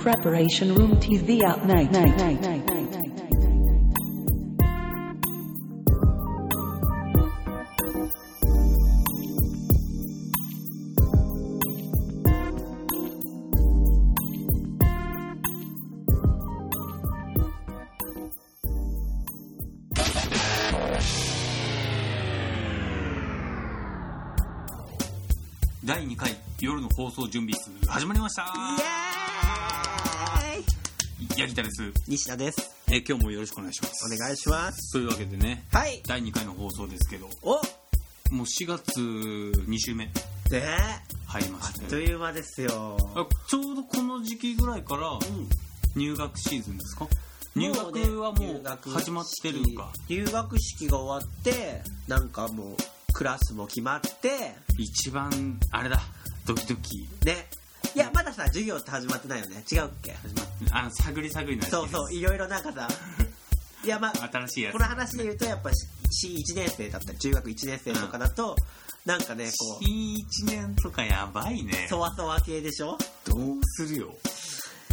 Preparation Room TV at night. night, night, night, night, night, night, night, night. 第2回夜の放送準備室始まりましたイエーイヤギタです西田です。え今日もよろしくお願いしますお願いします。というわけでねはい。第2回の放送ですけどおもう4月2週目で、入りましあってという間ですよ。あちょうどこの時期ぐらいからん入学シーズンですか入もうね学はも入う学式始まってるのか入学式が終わって、なんかもう、クラスも決まって、一番あれだドキドキね。いや、まださ、授業って始まってないよね。違うっけ始まってあの探り探りな時期そうですそう、いろいろなんかさ、 いや、まあ、新しいやつこの話で言うと、やっぱ、新1年生だったり、中学1年生とかだと、なんかね、こう、新1年とかやばいねそわそわ系でしょどうするよ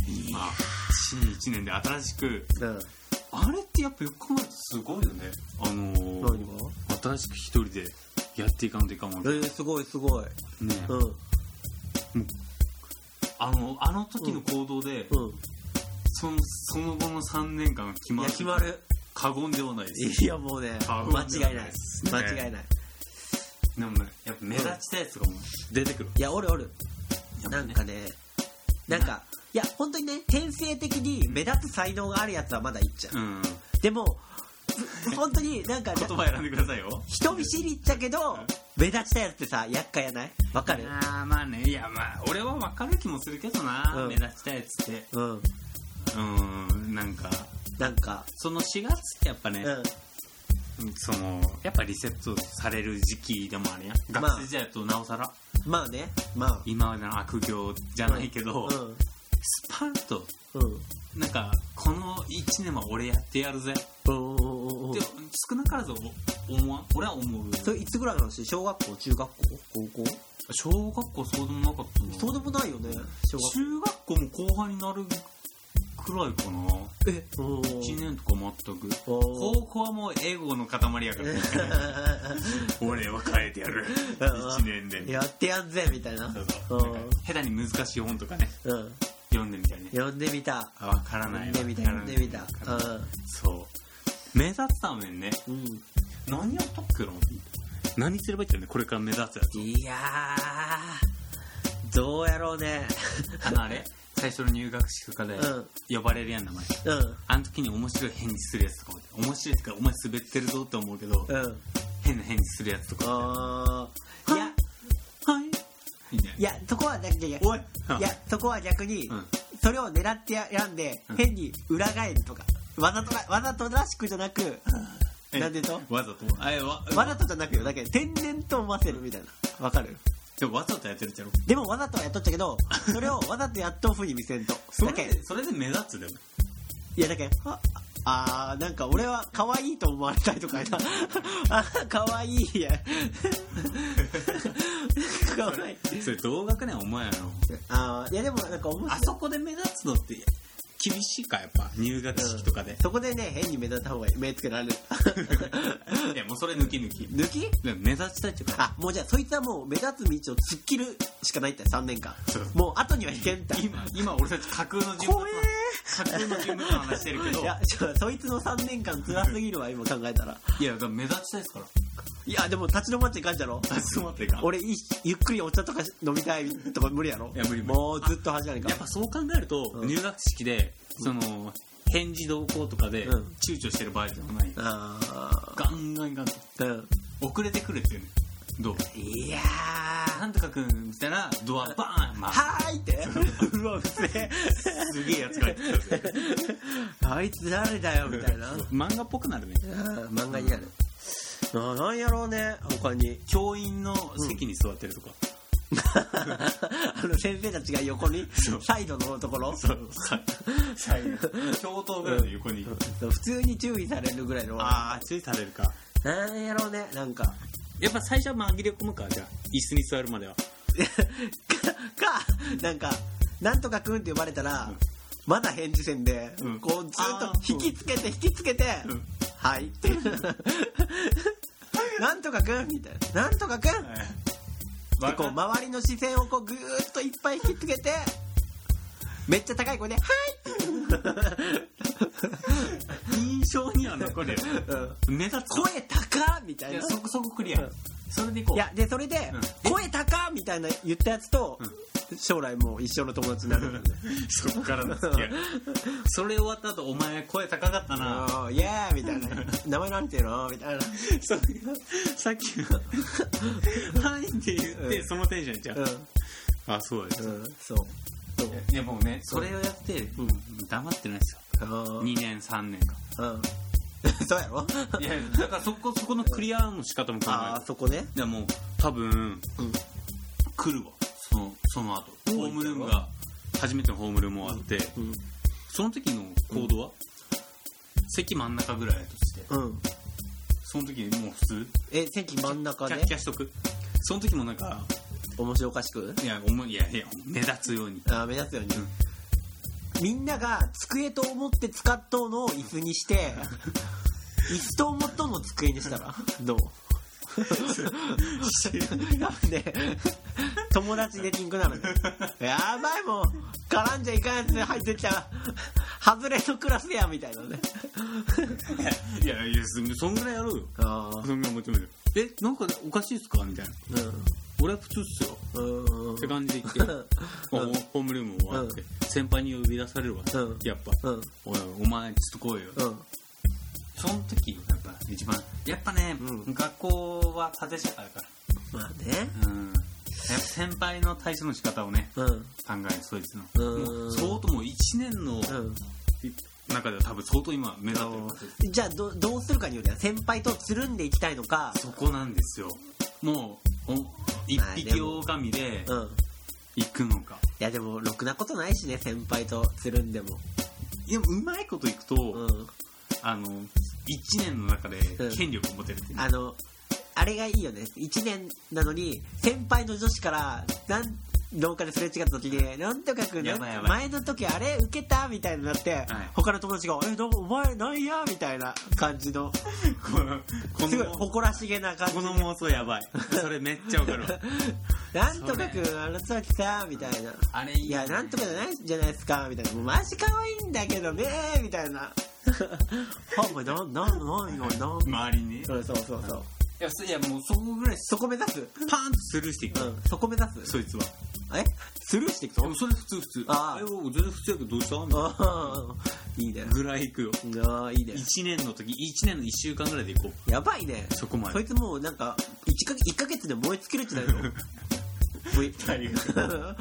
今新1年で新しくうん。あれってやっぱよく考えるとすごいよねあの何ー、も新しく一人でやっていかんといかんもんえね、ー、すごいすごい。うん。あのあの時の行動で、うん。そのその後の3年間決いまやる決まる過言ではないですいやもうねあ間違いないうん間違いないでもねやっぱ目立ちたやつがもう出てくるいやおるおるやっぱなねんかねなんかいや本当にね天性的に目立つ才能があるやつはまだいっちゃううんでもふ 本当になんか言葉選んでくださいよ人見知りっちゃけど目立ちたやつってさ厄介やないわかるあーまあねいやまあ俺は分かる気もするけどな、うん目立ちたやつってうんうんなんかなんかその4月ってやっぱうね、んそのやっぱリセットされる時期でもあるやんまあ学生時代だとなおさらまあねま今までの悪行じゃあないけど、うんスパンとうんなんかこの1年は俺やってやるぜってうんうんうんうん少なからずお思わん俺は思うそれいつぐらいの話小学校中学校高校小学校そうでもなかったなそうでもないよね小学校中学校も後半になるくらいかなえうん1年とか全くお高校はもうエゴの塊やから 俺は変えてやる1年でやってやんぜみたいなそうそうなんか下手に難しい本とかねうん、うん、読んでみたいね呼んでみたあわから呼ないんわでみたわか呼らんなでいみたわからないそう目立つためにねうん、うん、何やったっけな何すればいいんだよねこれから目立つやついやーどうやろうねあのあれ最初の入学式とかでうん呼ばれるやん名前うんあの時に面白い返事するやつとかも面白いってかお前滑ってるぞって思うけどうん変な返事するやつとかあーいやはいみたいないやそこはだいやおいいやそこは逆に、うんそれを狙ってや選んで、うん変に裏返るとかわざとらわざとらしくじゃなくえなんでとわざとあえわわざとじゃなくよだけど天然と思わせるみたいなわかるでもわざとやってるじゃろでもわざとはやっとったけど、それを わざとやっとうふうに見せんと。そだれけんでそれで目立つでもいやだけん、あ、あーなんか俺は可愛いと思われたい とかやな。あー、可愛いいや。 可愛い。それ同学年お前やろあーいやでもなんか面白あい。そこで目立つのって厳しいかやっぱ入学式とかで、そこでね、変に目立った方がいい。目つけられる。いやもうそれ抜き抜き抜きでも目立ちたいっていうかあ、もうじゃあそいつはもう目立つ道を突っ切るしかないって、3年間そう。もう後にはいけんって。今今俺たち架空の人物怖え架空の人物の話してるけどいいやや、ちょそいつの3年間辛すぎるわ、今考えたら。だから目立ちたいですからいや、でも立ち止まっちゃいかんじゃろ。集まっていかん俺いゆっくりお茶とか飲みたいとか無理やろいや無理無理もうずっと走らないかやっぱそう考えると、うん入学式でその返事同行とかでうん躊躇してる場合じゃない、あガンガンガンとーうん遅れてくるっていうねどういやなーんとかくんみたいなドアバーンまあはーいってうわうぜえすげえやつが入ってきたぜ あいつ誰だよみたいな漫画っぽくなるねうん漫画になるあーなんやろうね他に 教員の席に座ってるとか、あの先生たちが横にそうサイドのところそうささ教頭ぐらいの横に、普通に注意されるぐらいのああ注意されるかなんやろうねなんか かやっぱ最初は紛れ込むかじゃあ椅子に座るまではかなんかなんとかくんって呼ばれたら、まだ返事せんで、うんこうずっあとー引きつけて引きつけて、うんはいって なんとかくんみたいななんとかくんっバてこう周りの視線をこうぐーっといっぱい引きつけてめっちゃ高 い声で「はい!」印象には残るようん目立つ声高っみたいいやなそこそこクリアそれでいこういやでそれでう声高っみたいな言ったやつと将来もう一生の友達に なるんだよねそこからの付き合い それ終わった後お前声高かったなあーイエーイみたい な名前なんていうのみたいなそうさっきの「はい」って言って、うんそのテンションじゃん、うあそうです、んうんそうそういやもうねそれをやって、うん、黙ってないですよあー2年3年かうん そ うやろいやだからそこそこのクリアの仕方も考あえあてそこねでもう多分うん来るわそのその後うんホームルームが初めてのホームルーム終わって、うんその時の行動は、席真ん中ぐらいだとしてうんその時もう普通え席真ん中キャでッキャしとくその時もなんか面白おかしくいやおもいやいや目立つようにあー目立つようにみんなが机と思って使っとうのを椅子にして 椅子と思っとうのを机にしたらどうやべね友達できんくなるねやばいもう絡んじゃいかんやつ入ってきた外れのクラスやみたいな ねいやいやそんぐらいやろうよあそんぐらい求めるえなんかおかしいっすかみたいな俺は普通っすようんうんって感じで言って、まあホうんホームルーム終わって、先輩に呼び出されるわ、うんやっぱ、うんおいお前ちょっと来いよ、うんその時やっぱ一番やっぱね、うん学校は縦社会だかまあねらうんやっぱ先輩の対処の仕方をねうん考えるそいつのうんもう相当もう1年のうん中では多分相当今目立ってるじゃあどどうするかによっては先輩とつるんでいきたいのかそこなんですよもうお一まあで匹も狼でうん行くのかいやでもろくなことないしね先輩とつるんでもいやうまいこといくと、うんあの1年の中で権力を持てるっていうねあのあれがいいよね1年なのに先輩の女子からなん廊下ですれ違った時に「なんとかくんなやんばいやばい前の時あれ受けた?」みたいになって、い他の友達が「えなお前なんや?」みたいな感じの このこすごいの誇らしげな 感じこの妄想やばいそれめっちゃわかるわ なんとかくんあの時さ」みたいな「あれいいねいやなんとかじゃないじゃないですか」みたいな「もうマジ可愛いんだけどね」みたい な「お前なんなんなんなんなん周りにいそうそうそうそうやそいやもうそこぐらいそこ目指すパーンとスルーしていく、うんそこ目指すそいつはえスルーしていくとそれ普通普通ああえお全然普通やけどどうしたみたいあーいいねなぐらい行くよあーいいね1年の時1年の1週間ぐらいで行こうやばいねそこまそでいつもうなんか1か一ヶ月で燃え尽きるんじゃないの 燃え大学いや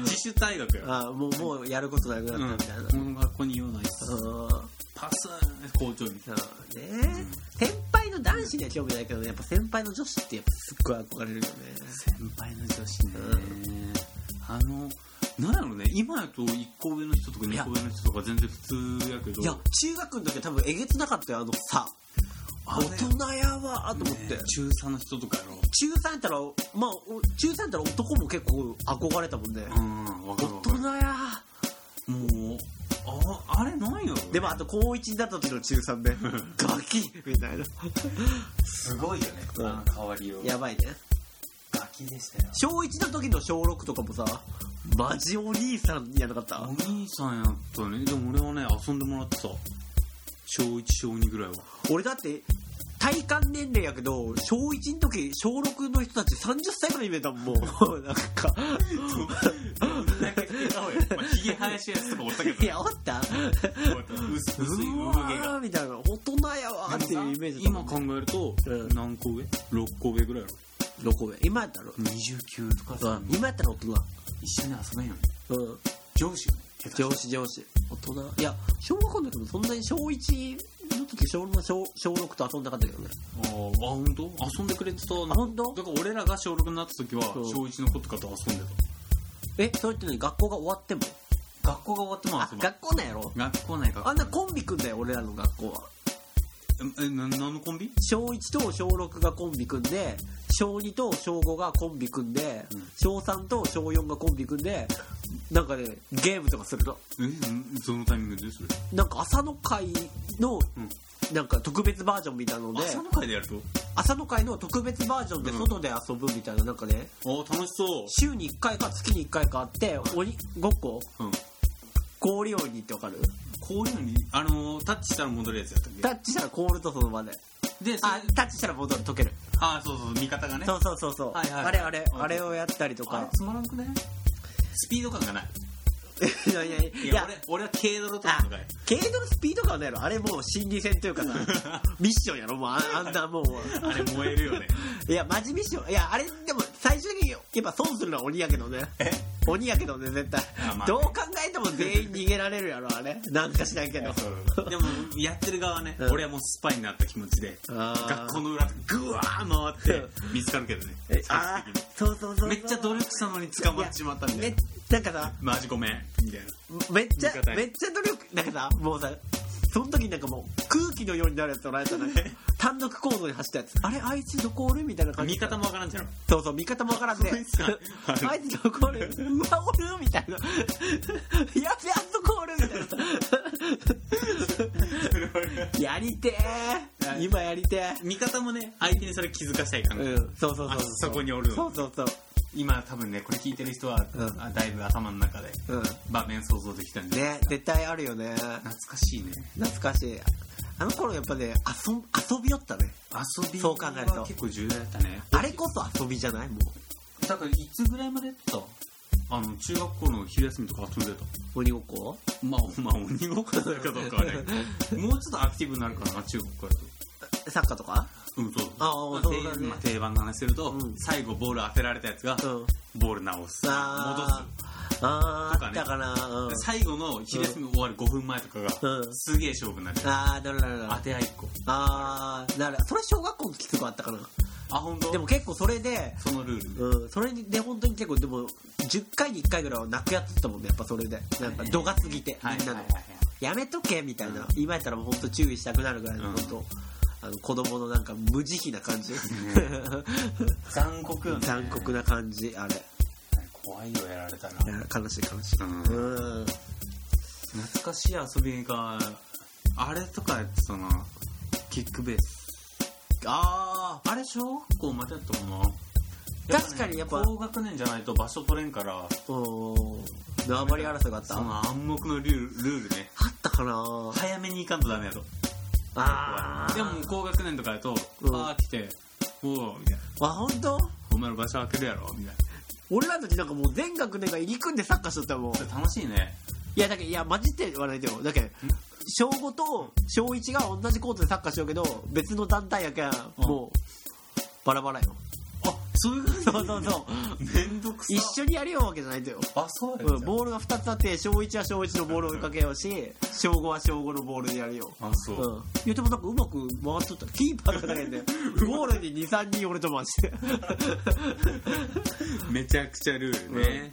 自主退学や あーもうもうやることなくうなっんたみたいな、この学校に言わないっすあーパスー校長にそうね先輩の男子には興味ないけどねやっぱ先輩の女子ってやっぱすっごい憧れるよね先輩の女子ね、あのなんやろね今やと1個上の人とか2個上の人とか全然普通やけどいや中学の時は多分えげつなかったよあのさあ大れ人やわーと思って、ね中3の人とかやろ中3やったらまあお中3やったら男も結構憧れたもんね、うんわかるわか大人やるもうああれなんやろーでもあと高1だった時の中3で ガキみたいなすごいよねうんあの変わりようやばいねガキでしたよ小1の時の小6とかもさマジお兄さんやなかったお兄さんやったねでも俺はね遊んでもらってさ小1小2ぐらいは 俺だって体感年齢やけど小1の時小6の人たち30歳ぐらいに見えた もんもうなんかひげ生やしやつとかおったけどいやおった薄うわーみたいな大人やわーっていうイメージだった今考えるとうん何個上 ?6 個上ぐらいやろ今6個上今やったら、 29とかうん、今やったら大一緒に遊べんよね人、うん、上司よね上司上司大人いや小学校の時もそんなに小1の時小小小6と遊んだかったけどねあーあ本当遊んでくれてたあ本当だから俺らが小6になった時はそう小1の子とかと遊んでえそう言ってのに学校が終わってもた学校が終わってもあ遊ぶ学校なんやろ学校内学校あんなコンビ組んだよ俺らの学校はええな何のコンビ小1と小6がコンビ組んで小2と小5がコンビ組んで、うん小3と小4がコンビ組んでなんかねゲームとかするのえんそのタイミングでそれなんか朝の会の、うんなんか特別バージョンみたいなので朝の会でやると朝の会の特別バージョンでうん外で遊ぶみたいななんかねああ楽しそ週に1回か月に1回かあって鬼ごっこう、うん、氷鬼ってわかるこういうのにあのータッチしたら戻るやつやったっけタッチしたら凍るとその場ででそれあタッチしたら戻る溶けるあーそうそう味方がねそうそうそうそう、はいはいあれあれうんあれをやったりとあれかつまらんくないスピード感がないいやいやいやいや俺俺は軽泥とかあのかい軽度のスピード感はないのあれもう心理戦というかさ ミッションやろもうああんなもうあれ燃えるよねいやマジミッションいやあれでも最終的にやっぱ損するのは鬼やけどねえ鬼やけどね絶対、あまあどう考えても全員逃げられるやろあれなんかし ないけどでもやってる側はね、うん俺はもうスパイになった気持ちであー学校の裏ぐわー回って見つかるけどねえあーそうそうそうそうめっちゃ努力したのに捕まっちまったみたいめななんかさマジごめんみたいなめっちゃ味方にめっちゃ努力なんかさもうさその時なんかもう空気のようになるやつおられ たなんか単独行動に走ったやつあれあいつどこおるみたいな感じ味方もわからんじゃろ そうそう味方もわからんで、そうですかあいつどこおるうわおるみたいなやべあそこおるみたいなやりてはーい今やりてー味方もね相手にそれ気づかしたい感うじ、んそうそうそうあそこにおるのそうそうそう今多分ねこれ聞いてる人は、うんあだいぶ頭の中でうん場面想像できたんで、ね絶対あるよね懐かしいね懐かしいあの頃やっぱね遊ん遊びよったね遊びそう考えるとは結構重要だったねあれこそ遊びじゃないもだからいつぐらいまでやってたあの中学校の昼休みとか遊んでたう鬼ごっこまあまあ鬼ごっこだかどうかはね もうちょっとアクティブになるからな中学校だと サッカーとかうんそうあーまそうだね定まあ定番の話すると、うん最後ボール当てられたやつが、うんボール直す戻あーあとーあかっねたかなうんす最後の昼休み終わる5分前とかが、うんすげえ勝負になるああなるなるな当るて合いっこああなるそれ小学校の時とかあったかなあ本当でも結構それでそのルールうん、それで本当に結構でも10回に1回ぐらいは泣くやつだったもんねやっぱそれでなんか度が過ぎてみはいんなの、はいはいはいやめとけみたいな、今やったらもう本当注意したくなるぐらいのうん本当、あの子供のなんか無慈悲な感じ、 残酷よね残酷な感じあれ怖いよやられたないや悲しい悲しいうんう懐んかしい遊びがあれとかやってたなキックベースあああれ小学校までやったかなやっぱね確かにやっぱ高学年じゃないと場所取れんからおー縄張り争いがあったそあの暗黙のルールルールねったかな早めに行かんとダメやとああでも高学年とかやとうんああ来て「おお」みたいなあ本当「お前の場所開けるやろ」みたいな俺らの時なんかもう全学年が入り組んでサッカーしとったもんそれ楽しいねいやだけどいやマジって言わないでよだけど小5と小1が同じコートでサッカーしようけど別の団体やけんもうバラバラよあそういうことそうそうそうめんどくさ一緒にやりようわけじゃないんだよあそうやうん、ボールが2つあって小1は小1のボールを追いかけようし小5は小5のボールでやるよあそうう、ん、言ってもなんかうまく回っとったキーパーがだけ でゴールに23人俺と回してめちゃくちゃルールね、はいはいはい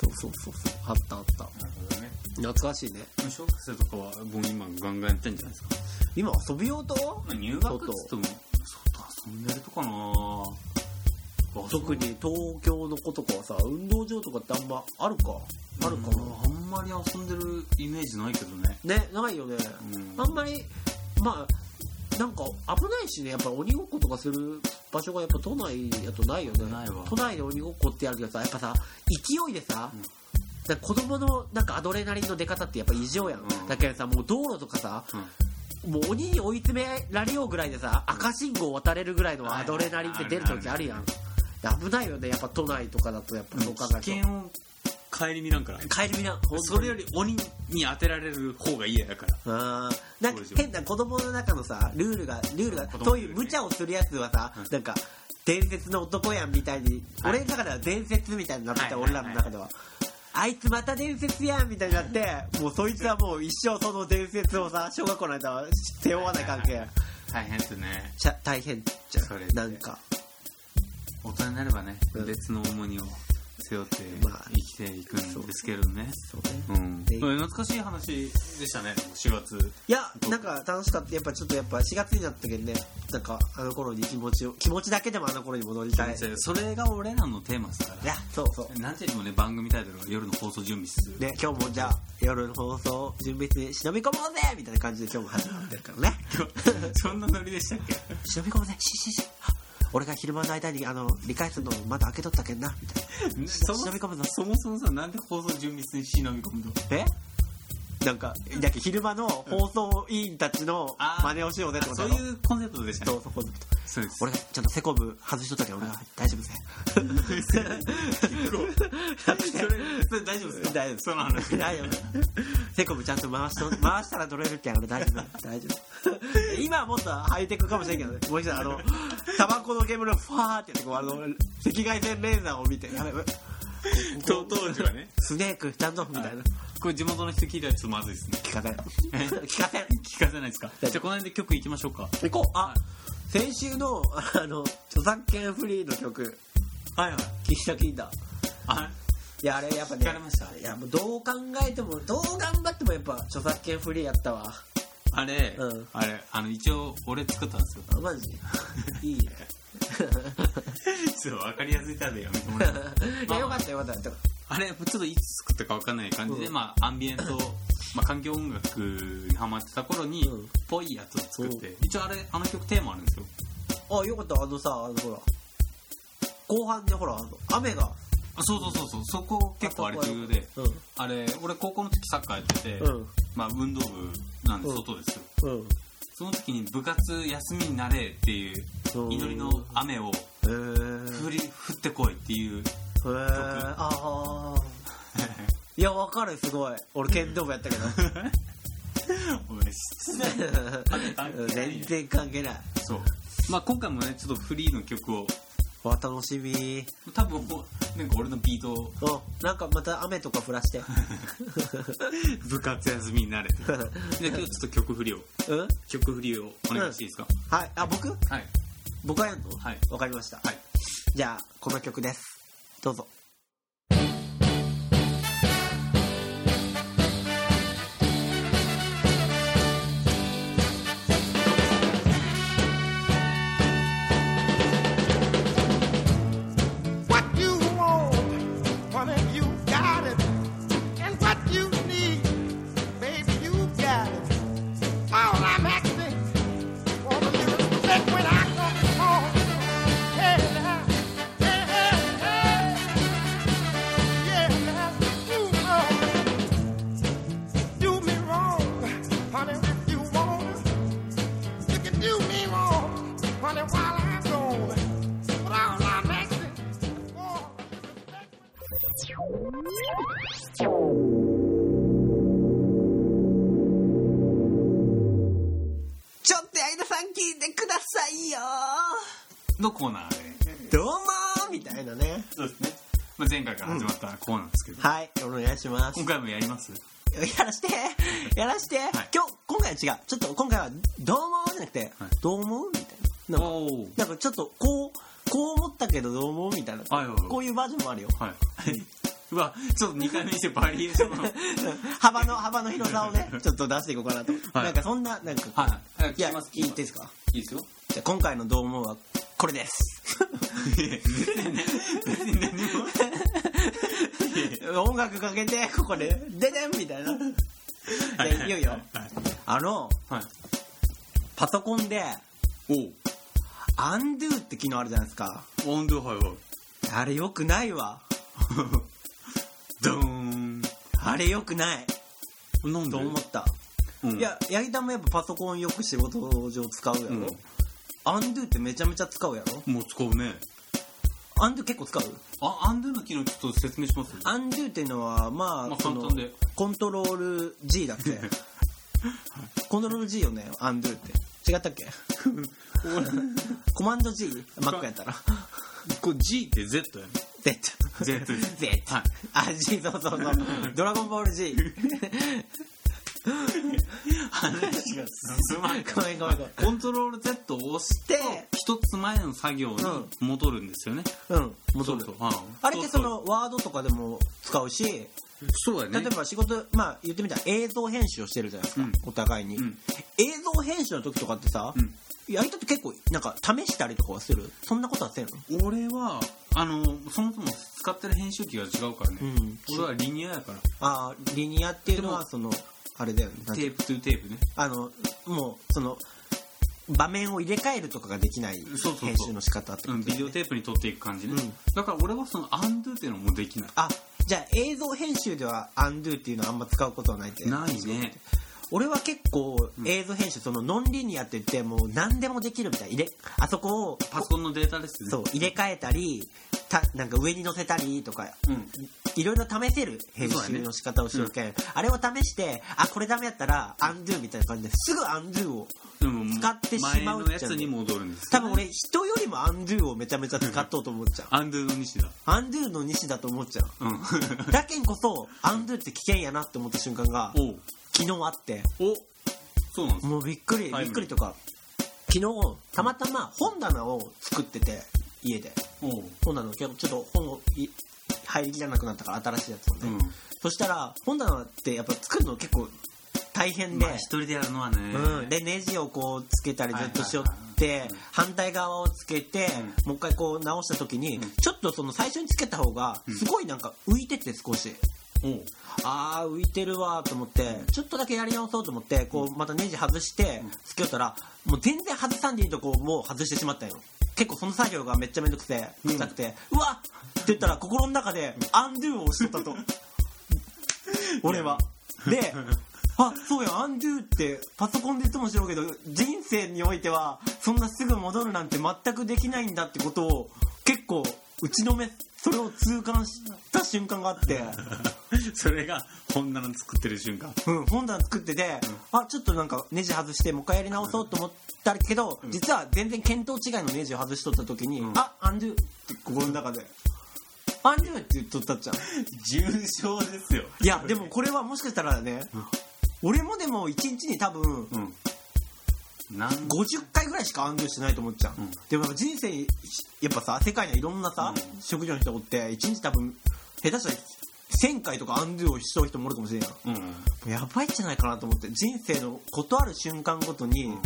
そうそうそうそうあったあったなるほどね懐かしいね小学生とかはもう今ガンガンやってんじゃないですか今遊び用と入学っつっても外遊んでるとかな特に東京の子とかはさ運動場とかってあんまあるかあるかな、うんあんまり遊んでるイメージないけどねねないよね、うんあんまりまあなんか危ないしねやっぱ鬼ごっことかする場所がやっぱ都内やとないよねないわ都内で鬼ごっこってやるけどさやっぱさ勢いでさ、うんなんか子供のなんかアドレナリンの出方ってやっぱ異常やん、うんだけどさもう道路とかさうんもう鬼に追い詰められようぐらいでさ赤信号渡れるぐらいのアドレナリンって出る時あるやん危ないよねやっぱ都内とかだとやっぱそう考え危る険を顧みなんからと帰り見な本当そにれより鬼に当てられる方が嫌やからあーなんか変な子供の中のさルールがルールが子供のルールねそういう無茶をするやつはさ、うんなんか伝説の男やんみたいに、はい俺の中では伝説みたいになってて、はいはいは俺いらの中では。あいつまた伝説やんみたいになってもうそいつはもう一生その伝説をさ小学校の間は背負わない関係大変ですねしゃ大変じゃそれんなんか大人になればね、うん別の重荷を背負ってまあ生きていくんですけどね。そうねうん、で懐かしい話でしたね、4月。いやなんか楽しかったやっぱちょっとやっぱ4月になったけどねなんかあの頃に気持ちを気持ちだけでもあの頃に戻りたいいそれが俺らのテーマですかやそうそうら。なんていうのもね、番組タイトルが夜の放送準備する。ね、今日もじゃあ夜の放送を準備室に忍び込もうぜみたいな感じで今日も始まってるからね そんなノリでしたっけ 忍び込もうぜシシシ 俺が昼間の間にあの理解するのまだ開けとったけんなみたいそも忍び込むぞそもそもさ、なんで放送準備室に忍び込むのなえなんかだけ昼間の放送委員たちのあー真似をしようぜってことそだうろいうコンセプトでしたそねう。そこのことそうです。俺がちゃんとセコム外しとったけん俺は大丈夫ぜ それ、それ大丈夫ですか大丈夫その話。大丈夫セコムちゃんと回しと回したら取れるけん俺大丈夫大丈夫今はもっとハイテクかもしれんけどねもう一度あのタバコの煙をファーってやってこうあの赤外線レーザーを見てやべと当時はね。スネークスタンドオフみたいなこれ地元の人聞いたらちょっとまずいですね。 聞かせん聞かせ聞かせない ですかじゃあこの辺で曲いきましょうか。ん行こうあは先週のあの著作権フリーの曲はいはい。聞いた聞いたあいやあれやっぱね聞かれましたいやもうどう考えてもどう頑張ってもやっぱ著作権フリーやったわあれ、うんあれ、あの、一応俺作ったんですよ。あマジ いいねちょっと分かりやすいタイプやめてもらえますいやよかったよかった あれ、ちょっといつ作ったか分かんない感じで、うんまあ、アン ビエント、まあ、環境音楽にハマってた頃に、うんぽいやつを作って、一応あれ、あの曲テーマあるんですよ。あよかったあのさあのほら後半でほらあの雨があそうそうそうそう、そこ結構あれ重要で、うんあれ、俺高校の時サッカーやってて、うんまあ、運動部なんでうん外ですよ。うんその時に部活休みになれっていう、うん祈りの雨をへー降り、降ってこいっていう、へーあ あいやわかるすごい俺剣道部やった けど俺失礼雨関係ない全然関係ないそう。まあ、今回もね、ちょっとフリーの曲を、わ楽しみ多分もうなんか俺のビートをおなんかまた雨とか降らして 部活休みに なれじゃあ今日ちょっと曲振りをうんはい曲振りをお願いしていいですか、あ僕はい僕がやんのはいわかりましたはいじゃあこの曲ですどうぞ What you want, woman, you got it. And what you need, baby, you got it. All I'm asking for the little bit when I come home. Hey, now. Hey, hey, hey. Yeah, now. You know. Do me wrong, honey, if you want it. You can do me wrong, honey, while I'm gone. But all I'm asking for is respect. ちょっと間さん聞いてくださいよのコーナーでどうもーみたいなねそうですね、まあ、前回から始まったコーナーですけど、はいお願いします今回もやりますやらしてやらして、今日今回は違うちょっと今回は「どうも」じゃなくて「はいどうも」みたいななんかおーなんかちょっとこうこう思ったけど「どうも」みたいな、はいはいはい こういうバージョンもあるよ はいうわちょっと2回目にしてバリエーシ ョンの幅の幅の広さをねちょっと出していこうかなと、はいなんかそんななんか、はいはいいや聞きます聞いていいですかいいですよじゃあ今回の「どうも」はこれですいや 別に何も 音楽かけてここで「ででん」みたいなはいじゃあいよいよはいあのはいパソコンでお「アンドゥ」って機能あるじゃないですかお温度はいはいあれよくないわドーンあれよくないなんとで思った、うんいや八木田もやっぱパソコンよく仕事上使うやろ、うんアンドゥってめちゃめちゃ使うやろもう使うねアンドゥ結構使うあアンドゥの機能ちょっと説明しますアンドゥっていうのはまあ、まあその簡単でコントロール G だって コントロール G よねアンドゥって違った っけコマンド G マックやったらこれ G って Z や ね Z Z Z はいあ G そうそうそうドラゴンボール G 話が進まんごめんごめんごめんコントロール Z を押してで一つ前の作業に戻るんですよね、うん戻戻るるとあれってそのワードとかでも使うしそうだ例ねえば仕事まあ言ってみたら映像編集をしてるじゃないですうかんお互いにうん映像編集の時とかってさうんやりたって結構なんか試したりとかはするそんなことはせんの俺はあのそもそも使ってる編集機が違うからね、うん俺はリニアやからあーリニアっていうのではもそのあれだよねなんてテープトゥテープねあのもうその場面を入れ替えるとかができないそうそうそう編集の仕方ってこうとん、だビよデねオテープに撮っていく感じね、うんだから俺はそのアンドゥっていうのもできないあじゃあ映像編集ではアンドゥっていうのはあんま使うことはないってないね俺は結構うん映像編集そのノンリニアって言ってもう何でもできるみたい入れあそこをパソコンのデータですねそう入れ替えたりたなんか上に乗せたりとかうんいろいろ試せる編集の仕方をしようけん、あれを試してあこれダメやったらアンドゥみたいな感じですぐアンドゥをでも使ってしま前うっのちゃやつに戻るんです多分俺人よりもアンドゥをめちゃめちゃ使っとうと思っち ゃうアンドゥの西だアンドゥの西だと思っちゃううんだけんこそアンドゥって危険やなって思った瞬間がおう昨日あっておそうなんですもうびっくりタイムリーびっくりとか昨日たまたま本棚を作ってて家でおう本棚のちょっと本をい入りきらなくなったから新しいやつをね、うんそしたら本棚ってやっぱ作るの結構大変で、まあ一人でやるのはねうん、でネジをこうつけたりずっとしよってい反対側をつけて、もう一回こう直した時に、うんちょっとその最初につけた方がうんすごいなんか浮いてて少し、おう あー浮いてるわーと思ってちょっとだけやり直そうと思ってこうまたネジ外してつけよったらもう全然外さんでいいとこもう外してしまったよ結構その作業がめっちゃめんどくて臭くて、うわっって言ったら心の中でアンドゥを押し とったと俺はであそうやアンドゥってパソコンでいつもしろうけど人生においてはそんなすぐ戻るなんて全くできないんだってことを結構打ちのめそれを痛感した瞬間があって。それが本棚作ってる瞬間うん、本棚作ってて、あちょっとなんかネジ外してもう一回やり直そうと思ったけど、実は全然見当違いのネジを外しとった時に、うんあアンドゥって心の中で「アンドゥ」って言っとったっちゃう重症ですよいやでもこれはもしかしたらね、うん俺もでも1日に多分うんなん50回ぐらいしかアンドゥしてないと思っちゃう、うんでもやっぱ人生やっぱさ世界にはいろんなさ、うん職業の人おって1日多分下手したら1000回とかアンドゥをしとる人もおるかもしれんやんうんやばいんじゃないかなと思って人生のことある瞬間ごとに、ん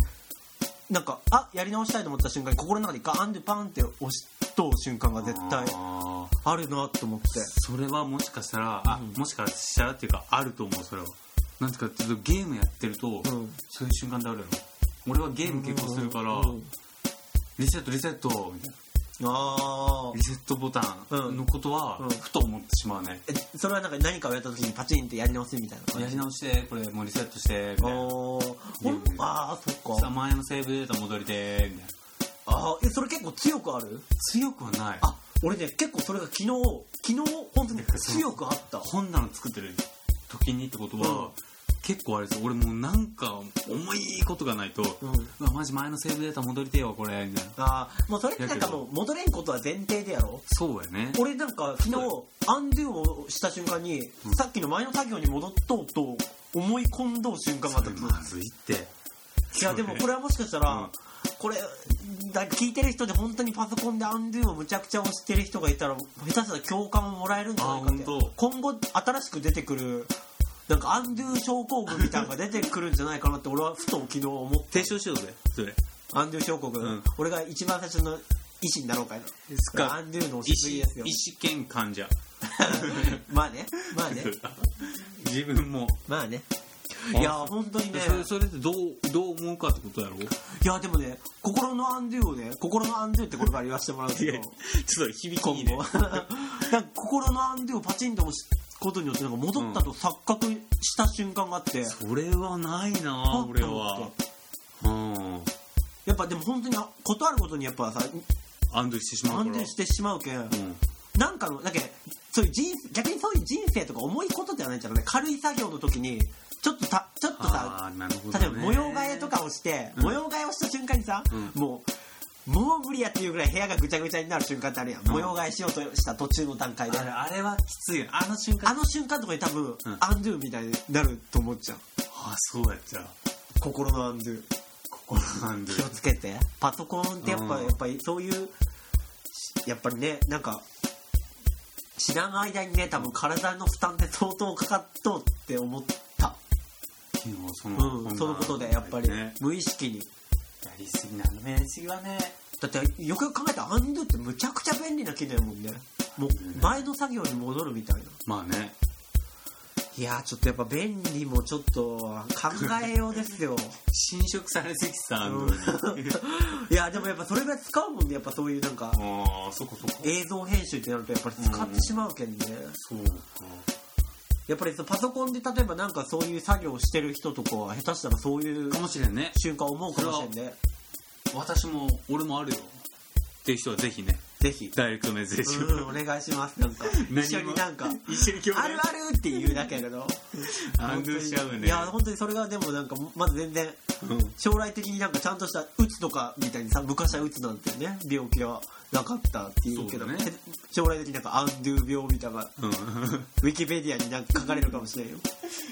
なんかあやり直したいと思った瞬間に心の中でガーンってパンって押しとう瞬間が絶対あーあるなと思ってそれはもしかしたらあ、うんもしかしたらっていうかあると思うそれはなんていうかちょっとゲームやってると、うんそういう瞬間であるよ俺はゲーム結構するから、うんリセットリセットみたいなあーリセットボタンのことは、うんふと思ってしまうね、えそれはなんか何かをやった時にパチンってやり直すみたいな感じやり直してこれもうリセットしてみたいなおーゲームほんあーそっさあか前のセーブデータ戻りでみたいなあーえそれ結構強くある強くはないあ俺ね結構それが昨日昨日 本当に強くあった本棚作ってる時にってことは、うん結構あれですよ俺もうなんか重いことがないと、ううんわマジ前のセーブデータ戻りてえわこれみたいなあーもうそれってなんかもう戻れんことは前提でやろそうやね俺なんか昨日アンドゥをした瞬間に、うんさっきの前の作業に戻っとうと思い込んどう瞬間があったまずいっていやでもこれはもしかしたら、うんこれだ聞いてる人で本当にパソコンでアンドゥをむちゃくちゃ押してる人がいたら下手したら共感をもらえるんじゃないかってあ本当今後新しく出てくるなんかアンドゥ症候群みたいなのが出てくるんじゃないかなって俺はふと昨日思って提唱しようぜそれアンドゥ症候群、うん俺が一番最初の医師になろうかなすかアンドゥのおす医すめ師ですよ医師兼患者まあねまあね 自分もまあねあいや本当にねそれそれでどうどう思うかってことや ろいやでもね心のアンドゥをね心のアンドゥってこれから言わせてもらうけどちょっと響今後 なんか心のアンドゥをパチンと押すことによってなんか戻ったと錯覚した瞬間があって、それはないパなッ俺と思っはてうんやっぱでも本当にことあることにやっぱさ安堵してしまアうかンらドゥしてしまうけん、うんなんかのだけそういう人生逆にそういう人生とか重いことではないんじゃね軽い作業の時にちょっとたちょっとさあーなるほど例ねえば模様替えとかをして、うん模様替えをした瞬間にさ、うんもうもう無理やっていうぐらい部屋がぐちゃぐちゃになる瞬間ってあるやん、模様替えしようとした途中の段階であれあれはきついよあの瞬間あの瞬間とかに多分、んアンドゥみたいになると思っちゃうあそうやっちゃ心の安全心なんで気をつけてパソコンってやっぱ,、うんやっぱりそういうしやっぱりねなんか知らん間にね多分体の負担って相当かかっとうって思った、昨日その,、うん、そのことでやっぱりね、無意識にやりすぎ斜めすぎはねだってよくよく考えたらアンドゥってむちゃくちゃ便利な機能やもんねもう前の作業に戻るみたいなまあねいやーちょっとやっぱ便利もちょっと考えようですよ侵食されすぎてたうんのにいやでもやっぱそれぐらい使うもんねやっぱそういうなんかああそこそこ映像編集ってなるとやっぱり使ってしまうけんね、そうかやっぱりそのパソコンで例えばなんかそういう作業をしてる人とかは下手したらそういうかもしれんね瞬間思うかもしれんね私も俺もあるよっていう人はぜひねぜひダイレクトメッセージうをんお願いしますなんか何も一緒になんか 一緒に共有あるあるって言うだけやけどアンドゥしちゃうねいや本当にそれがでもなんかまず全然うん将来的になんかちゃんとしたうつとかみたいにさ昔はうつなんてね病気はなかったっていうけどそうだね将来的になんかアンドゥ病みたいなうんウィキペディアになんか書かれるかもしれんよ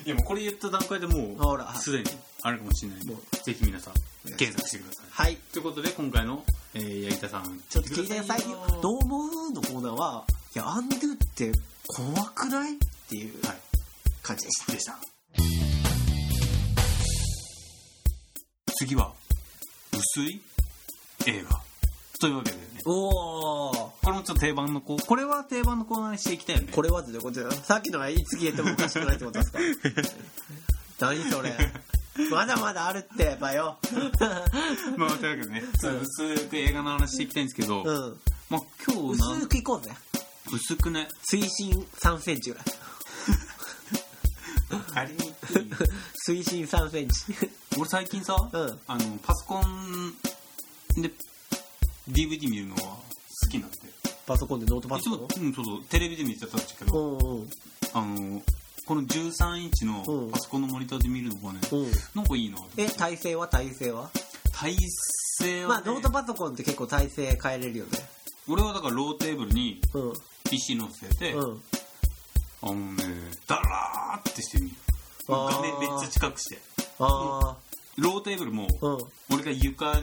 いやもうこれ言った段階でもほらうすでにあるかもしれないんでもぜひ皆さん願いします検索してくださいはいということで今回のえー八木田さんちょっと聞いてくださいよ「どう思う?」のコーナーは「いやアンドゥって怖くない?」っていうはい感じでした、でした次は薄い映画というわけでねおおこれもちょっと定番のここれは定番のコーナーにしていきたいよねこれはどういうことださっきのがいつ消えてもおかしくないってことですか何それまだまだあるってばよまあというわけでねうん薄く映画の話していきたいんですけど、うんまあ今日な薄んくいこうぜ薄くね水深3センチぐらい仮に水深3センチ俺最近さ、うんあのパソコンで DVD 見るのは好きなんでパソコンでノートパ一ソ応コうんそうそうテレビで見てたんですけンうどんうんあのこの13インチのうんパソコンのモニターで見るのがね、うんなんかいいなえ体勢は体勢は体勢まあは、ねノートパソコンって結構体勢変えれるよね俺はだからローテーブルにうん PC 乗せて、あうんのねダラーってしてみるあー画面めっちゃ近くしてあローテーブルもあうん俺が床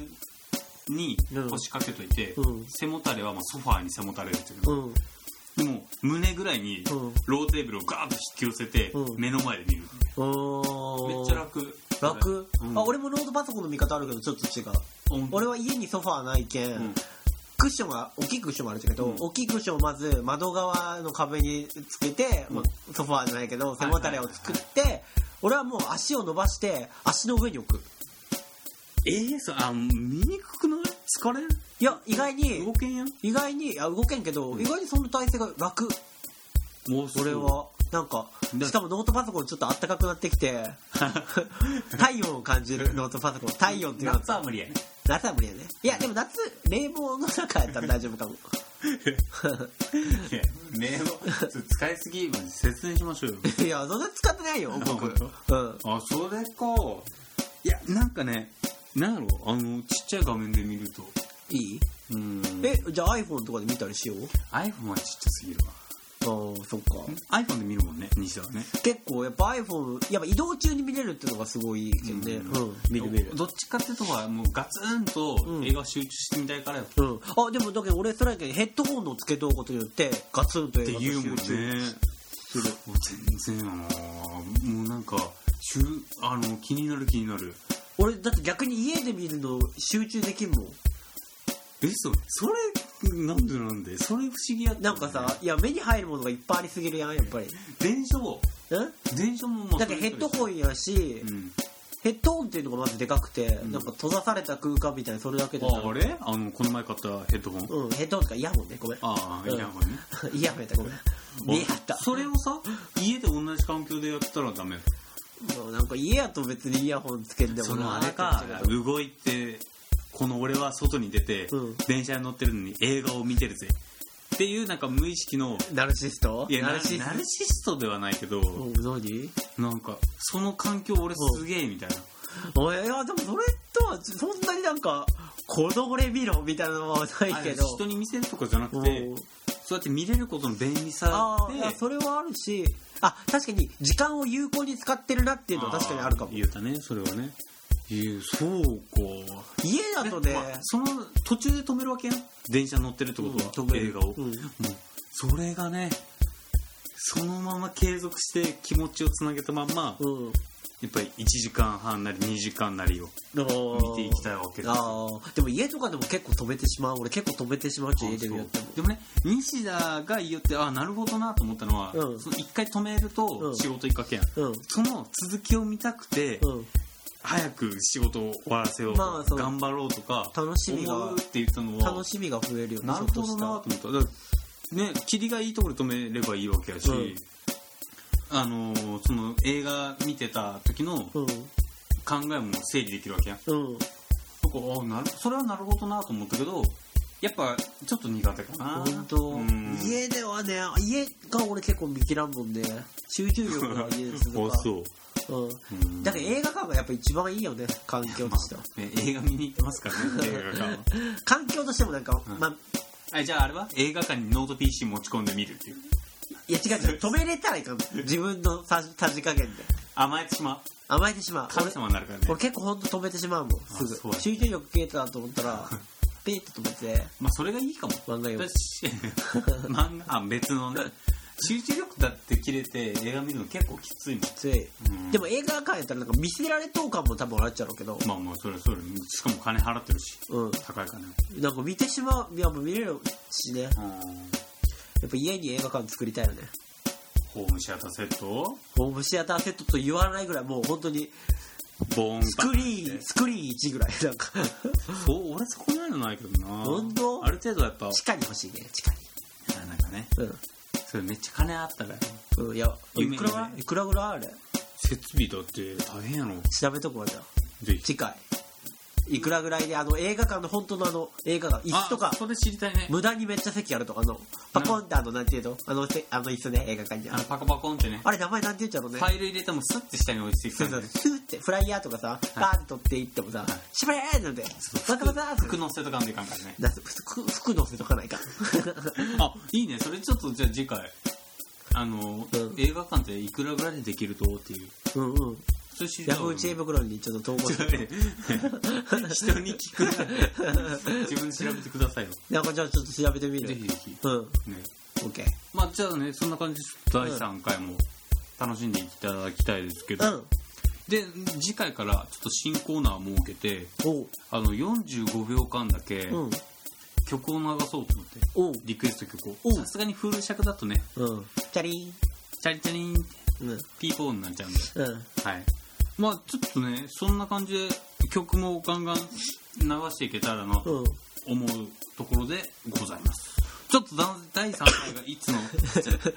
にうん腰掛けといて、うん背もたれはまあソファーに背もたれるっていううか、でんも胸ぐらいにうんローテーブルをガーッと引き寄せて、うん目の前で見るめめっちゃ楽楽、うんあ俺もノートパソコンの見方あるけどちょっと違ううん俺は家にソファーないけん、うんクッションが大きいクッションもあるんだけど、うん大きいクッションをまず窓側の壁につけて、うんまあソファーじゃないけど背もたれを作って、俺はもう足を伸ばして足の上に置くえー、そうあ見にくくない疲れるいや意外冒に険やん意外にいや動けんけど、うん意外にその体勢が楽俺はなんかだしかもノートパソコンちょっとあったかくなってきて 体温を感じるノートパソコン体温っていうのは夏は無理やね夏は無理やねいやでも夏冷房の中やったら大丈夫かも いや名簿使いすぎまあ説明しましょうよいやそんな使ってないよ僕あ本うんあそれかいやなんかねなんやろあのちっちゃい画面で見るといいうんえじゃあ iPhone とかで見たりしよう iPhone はちっちゃすぎるわあーそっか iPhone で見るもんね西田はね結構やっぱ iPhone やっぱ移動中に見れるっていうのがすごいいいけどねうんうん見る見るどっちかってとこはもうガツンとうん映画集中してみたいからよ、っうん、あでもだけど俺それやけんヘッドホンのつけとうことによってガツンと映て画と言うもんね集中それもう全然やなもうなんか集あの気になる気になる俺だって逆に家で見るの集中できんもんえそそれなんでなんでそれ不思議やったなよんねかさいや目に入るものがいっぱいありすぎるやんやっぱり電車もうん電車もまあだけどヘッドホンンやし、うんヘッドホンっていうのがまずでかくて、んなんか閉ざされた空間みたいなそれだけでああれあのこの前買ったヘッドホン、うんヘッドホンとかイヤホンねごめんああうんイヤホンね イヤホンやったごめん見えやったそれをさ家で同じ環境でやったらダメもうなんか家やと別にイヤホンつけんでもそのなあれかって言っ動いてこの俺は外に出て、うん電車に乗ってるのに映画を見てるぜっていうなんか無意識のナルシストいやナナルルシシスストトではないけど、うん何なんかその環境俺すげえみたいな、おいいやでもそれとはそんなになんかこの俺見ろみたいなのはなあいれけど人に見せるとかじゃなうくんて、そうやって見れることの便利さああいでやそれはあるしあ確かに時間を有効に使ってるなっていうのは確かにあるかも言うたねそれはねえー、そうか。家だとね、まあその途中で止めるわけやん電車乗ってるってことは、うん映画を、うんもうそれがねそのまま継続して気持ちをつなげたまんま、やうんっぱり1時間半なり2時間なりを見見ていきたいわけですよあーでも家とかでも結構止めてしまう俺結構止めてしまうしそう家そでうやってもでもね西田が言ってあなるほどなと思ったのはうんその一、回止めるうとん仕事行くわけやん、うんその続きを見たくて、うん早く仕事を終わらせようとか、まあそう頑張ろうとか楽しみが思うって言ってたのは楽しみが増えるよねなるほどなと思っただからね霧がいいところで止めればいいわけやし、うんあのーその映画見てた時のち考ょっとしえも整理できるわけやんたうんうんそこあなるそれはなるほどなと思ったけどやっぱちょっと苦手かな本当、うん家ではね家が俺結構見切らんもんで集中力が家ですとあ か、そうん、うんだから映画館がやっぱ一番いいよね環境としてはえ映画見に行ってますからね映画館は環境としてもなんか、うんまああじゃああれは映画館にノート PC 持ち込んで見るっていういや違う違う止めれたらいかん自分のささじ加減で甘えてしまう甘えてしまう神様になるからね俺結構ほんと止めてしまうもんすそうぐだね集中力消えたなと思ったらピーッと止めてまあそれがいいかも漫画読む私 漫画あ別のね集中力だって切れて映画見るの結構きついもんつい、うんでも映画館やったらなんか見せられとう感も多分あっちゃうけど、まあまあそれそれしかも金払ってるしうん高い金なんか見てしまういやもう見れるしねやうんっぱ家に映画館作りたいよねホームシアターセットホームシアターセットと言わないぐらいもう本当にボーンスクリーンスクリーン1ぐらいなんかそう俺そこないのないけどな本当ある程度やっぱ地下に欲しいね地下になんかねそれめっちゃ金あったらうん、うん、いやい夢くらぐらい夢いくらぐらいあれ設備だって大変やろ調べとこうじゃあぜひ次回いくらぐらいであの映画館の本当のあの映画館椅子とかあそれ知りたいね無駄にめっちゃ席あるとかあのパコンってあのなんていうのあのせあの椅子ね映画館にああるのパコパコンってねあれ名前なんて言うんちゃろうフねァイル入れてもスッて下に落ちてきそたうだんそうよねスーってフライヤーとかさバーって取っていってもさ「しまえ!」なんて「わざわざ!」って服乗せとかんでいかんからねなんて服服のせとかない かあいいねそれちょっとじゃあ次回あの、うん映画館っていくらぐらいでできるとっていううんうんそれ知りたヤいフわー知恵袋にちょっと投稿して 人に聞く な自分で調べてくださいよなんかじゃあちょっと調べてみるぜひぜひうんオねッケまあじゃあねそんな感じで第3回も楽しんでいただきたいですけど、ーうんで次回からちょっと新コーナー設けておうあの45秒間だけうん曲を流そうと思って、おうリクエスト曲おうをさすがにフル尺だとねうんチャリーンチャリチャリンってうんピーポーになっちゃうんでうんはい。まあちょっとね、そんな感じで曲もガンガン流していけたらなとうん思うところでございます。ちょっとだ第3回がいつ の、ちょ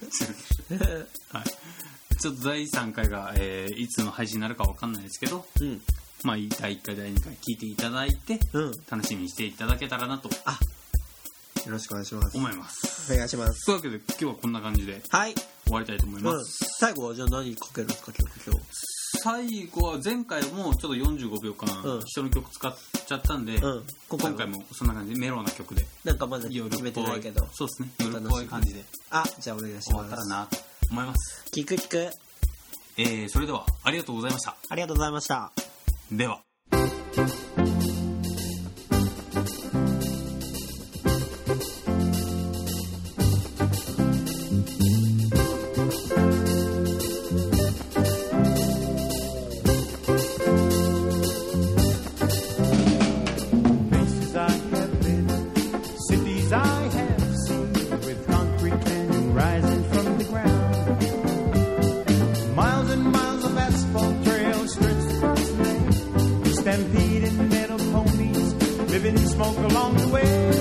はい。ちょっと第3回が、えーいつの配信になるかわかんないですけど、うんまあ第1回、第2回聞いていただいて、うん楽しみにしていただけたらなとよろしくお願いします思います。お願いしますというわけで今日はこんな感じではい、終わりたいと思います。うん最後はじゃあ何かけるんですか曲今最後は前回もちょっと45秒うん間人の曲使っちゃったんで、日うん今今回もそんな感じでメロウな曲でなんかまだ夜っ決ぽめいてないけどそうですねお夜っ楽しみぽい感じであじゃあお願いし終まわったらすなと思います、聞く聞くえー、それではありがとうございましたありがとうございましたでは places I have been, cities I have seen, with concrete cannon rising from the ground. Miles and miles of asphalt trails stretched across land, stampeding metal ponies, living smoke along the way.